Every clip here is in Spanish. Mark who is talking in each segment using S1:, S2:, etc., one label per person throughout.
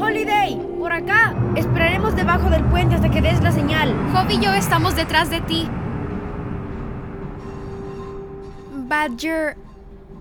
S1: Holiday, por acá. Esperaremos debajo del puente hasta que des la señal.
S2: Job y yo estamos detrás de ti. Badger,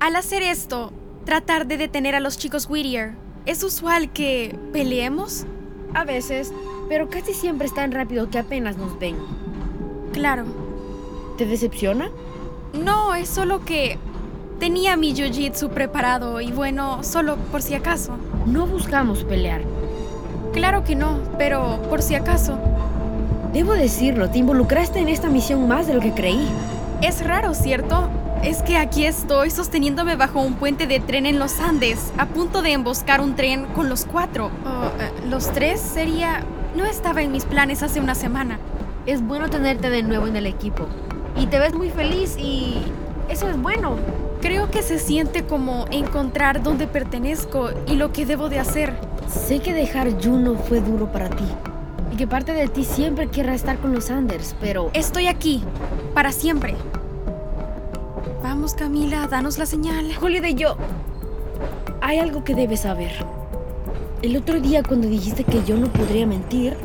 S2: al hacer esto, tratar de detener a los chicos Whittier, ¿es usual que peleemos?
S1: A veces, pero casi siempre es tan rápido que apenas nos ven.
S2: Claro.
S1: ¿Te decepciona?
S2: No, es solo que tenía mi jiu-jitsu preparado y bueno, solo por si acaso.
S1: No buscamos pelear.
S2: Claro que no, pero por si acaso.
S1: Debo decirlo, te involucraste en esta misión más de lo que creí.
S2: Es raro, ¿cierto? Es que aquí estoy sosteniéndome bajo un puente de tren en los Andes, a punto de emboscar un tren con los cuatro. O, eh, los tres sería... No estaba en mis planes hace una semana.
S1: Es bueno tenerte de nuevo en el equipo. Y te ves muy feliz y... Eso es bueno.
S2: Creo que se siente como encontrar dónde pertenezco y lo que debo de hacer.
S1: Sé que dejar Juno fue duro para ti. Y que parte de ti siempre querrá estar con los Anders, pero...
S2: Estoy aquí, para siempre. Vamos Camila, danos la señal.
S1: Holiday, yo... Hay algo que debes saber. El otro día cuando dijiste que yo no podría mentir,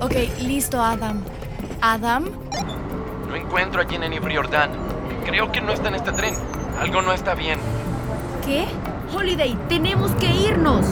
S2: Ok, listo Adam. Adam,
S3: No encuentro a Jennifer Jordan. Creo que no está en este tren. Algo no está bien.
S2: ¿qué?
S1: Holiday, tenemos que irnos.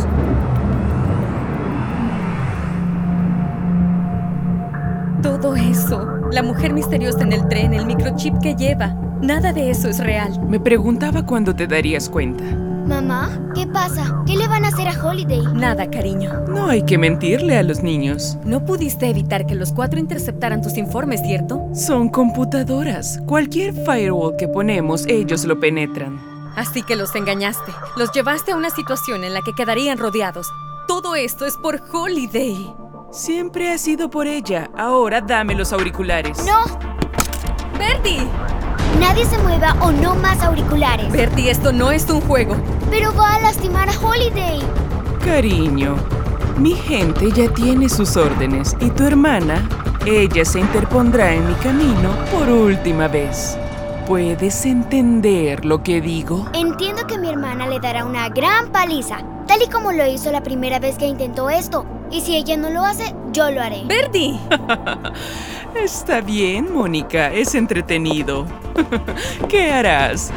S4: Todo eso. La mujer misteriosa en el tren, el microchip que lleva. Nada de eso es real.
S5: Me preguntaba cuándo te darías cuenta.
S6: Mamá, ¿qué pasa? ¿Qué le van a hacer a Holiday?
S4: Nada, cariño.
S5: No hay que mentirle a los niños.
S4: No pudiste evitar que los cuatro interceptaran tus informes, ¿cierto?
S5: Son computadoras. Cualquier firewall que ponemos, ellos lo penetran.
S4: Así que los engañaste. Los llevaste a una situación en la que quedarían rodeados. Todo esto es por Holiday.
S5: Siempre ha sido por ella. Ahora dame los auriculares.
S6: No,
S4: ¡Bertie!
S6: nadie se mueva o no más auriculares.
S4: Bertie, esto no es un juego.
S6: Pero va a lastimar a Holiday.
S5: Cariño, mi gente ya tiene sus órdenes y tu hermana, ella se interpondrá en mi camino por última vez. ¿Puedes entender lo que digo?
S6: Entiendo que mi hermana le dará una gran paliza, tal y como lo hizo la primera vez que intentó esto. Y si ella no lo hace, yo lo haré.
S4: ¡Bertie!
S5: Está bien, Mónica, es entretenido. ¿Qué harás?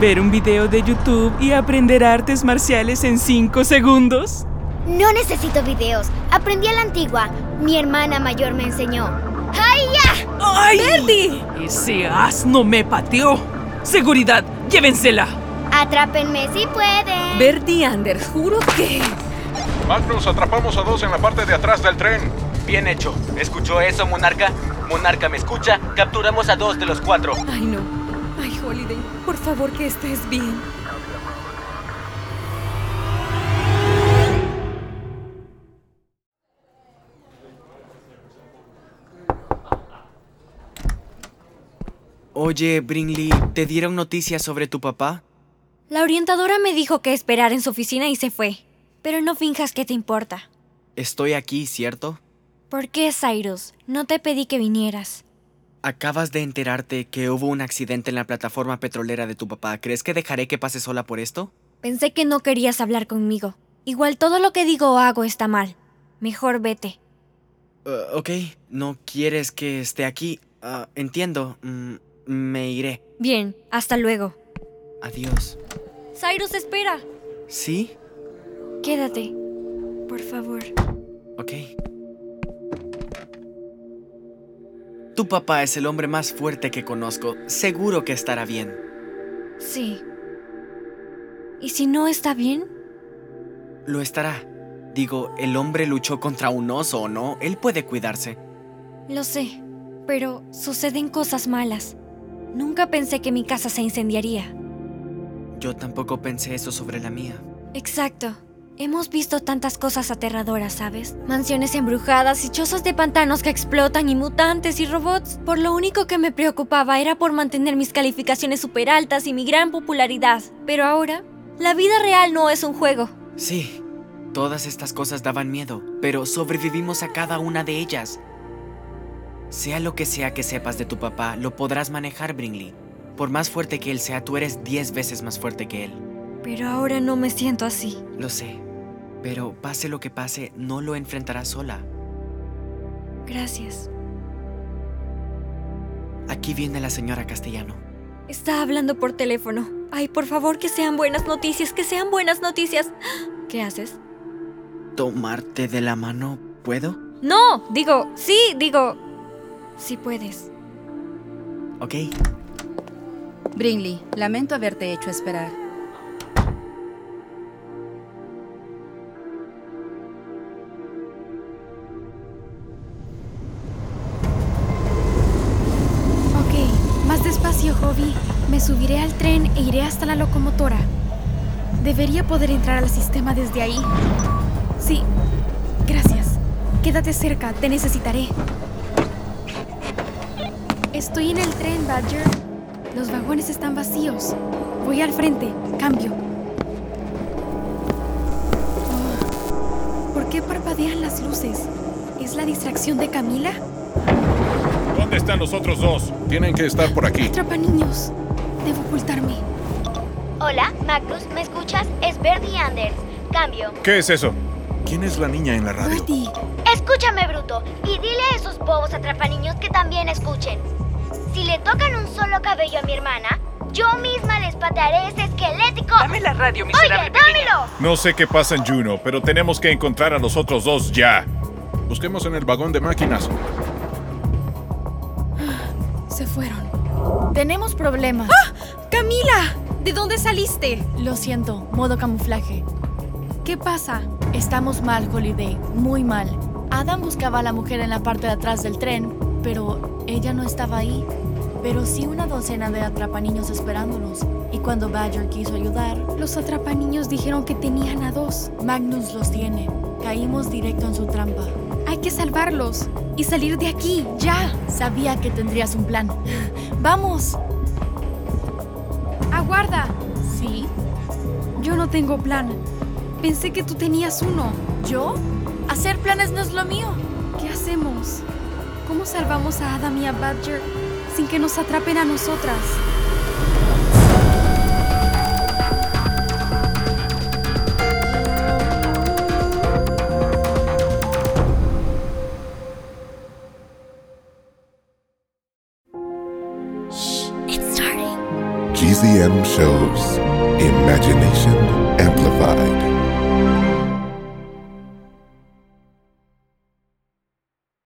S5: ¿Ver un video de YouTube y aprender artes marciales en 5 segundos?
S6: No necesito videos. Aprendí a la antigua. Mi hermana mayor me enseñó. ¡Ay, ya!
S5: ¡Ay!
S4: ¡Bertie!
S5: ¡Ese asno me pateó! ¡Seguridad! ¡Llévensela!
S6: Atrápenme si pueden.
S4: Bertie Anders, juro que...
S7: Magnus, atrapamos a dos en la parte de atrás del tren.
S8: Bien hecho. ¿Escuchó eso, Monarca? Monarca me escucha. Capturamos a dos de los cuatro.
S4: Ay, no. Ay, Holiday, por favor que estés bien.
S8: Oye, Brinley, ¿te dieron noticias sobre tu papá?
S9: La orientadora me dijo que esperara en su oficina y se fue. Pero no finjas que te importa.
S8: Estoy aquí, ¿cierto?
S9: ¿Por qué, Cyrus? No te pedí que vinieras.
S8: Acabas de enterarte que hubo un accidente en la plataforma petrolera de tu papá. ¿Crees que dejaré que pase sola por esto?
S9: Pensé que no querías hablar conmigo. Igual todo lo que digo o hago está mal. Mejor vete.
S8: Eh, ok, no quieres que esté aquí. Ah, entiendo. Mm, me iré.
S9: Bien, hasta luego.
S8: Adiós.
S9: Cyrus, espera.
S8: ¿Sí?
S9: Quédate. Por favor.
S8: Ok. Tu papá es el hombre más fuerte que conozco. Seguro que estará bien.
S9: Sí. ¿Y si no está bien?
S8: Lo estará. Digo, el hombre luchó contra un oso, ¿no? Él puede cuidarse.
S9: Lo sé, pero suceden cosas malas. Nunca pensé que mi casa se incendiaría.
S8: Yo tampoco pensé eso sobre la mía.
S9: Exacto. Hemos visto tantas cosas aterradoras, ¿sabes? Mansiones embrujadas y chozas de pantanos que explotan y mutantes y robots. Por lo único que me preocupaba era por mantener mis calificaciones súper altas y mi gran popularidad. Pero ahora, la vida real no es un juego.
S8: Sí, todas estas cosas daban miedo, pero sobrevivimos a cada una de ellas. Sea lo que sea que sepas de tu papá, lo podrás manejar, Brinley. Por más fuerte que él sea, tú eres 10 veces más fuerte que él.
S9: Pero ahora no me siento así.
S8: Lo sé, pero pase lo que pase, no lo enfrentarás sola.
S9: Gracias.
S8: Aquí viene la señora Castellano.
S9: Está hablando por teléfono. Ay, por favor, que sean buenas noticias, que sean buenas noticias. ¿Qué haces?
S8: ¿Tomarte de la mano puedo?
S9: No, digo, sí, digo, si puedes.
S8: Ok.
S10: Brinley, lamento haberte hecho esperar.
S2: Ok, más despacio, Hobby. Me subiré al tren e iré hasta la locomotora. Debería poder entrar al sistema desde ahí. Sí, gracias. Quédate cerca, te necesitaré. Estoy en el tren, Badger. Los vagones están vacíos. Voy al frente, cambio. Oh, ¿Por qué parpadean las luces? ¿Es la distracción de Camila?
S7: ¿Dónde están los otros dos? Tienen que estar por aquí.
S2: Atrapa niños. Debo ocultarme.
S6: Hola, Magnus, ¿me escuchas? Es Bertie Anders. Cambio.
S7: ¿Qué es eso? ¿Quién es la niña en la radio?
S6: Escúchame, Bruto, y dile a esos bobos atrapaniños que también escuchen. Si le tocan un solo cabello a mi hermana, yo misma les patearé ese esquelético. Dame la radio, Oye, dámelo.
S7: No sé qué pasa en Juno, pero tenemos que encontrar a los otros dos ya. Busquemos en el vagón de máquinas.
S2: Se fueron. ¡Ah!
S11: Tenemos problemas.
S2: ¡Camila! ¿De dónde saliste?
S11: Lo siento, modo camuflaje.
S2: ¿Qué pasa?
S11: Estamos mal, Holiday, muy mal. Adam buscaba a la mujer en la parte de atrás del tren, pero ella no estaba ahí. Pero sí una docena de atrapaniños esperándonos. Y cuando Badger quiso ayudar,
S2: Los atrapaniños dijeron que tenían a dos.
S11: Magnus los tiene. Caímos directo en su trampa.
S2: Hay que salvarlos y salir de aquí, ya.
S11: Sabía que tendrías un plan. ¡Vamos!
S2: Aguarda.
S11: ¿Sí?
S2: Yo no tengo plan. Pensé que tú tenías uno.
S11: ¿Yo? Hacer planes no es lo mío.
S2: ¿Qué hacemos? ¿Cómo salvamos a Adam y a Badger sin que nos atrapen a nosotras?
S12: GZM shows Imagination Amplified.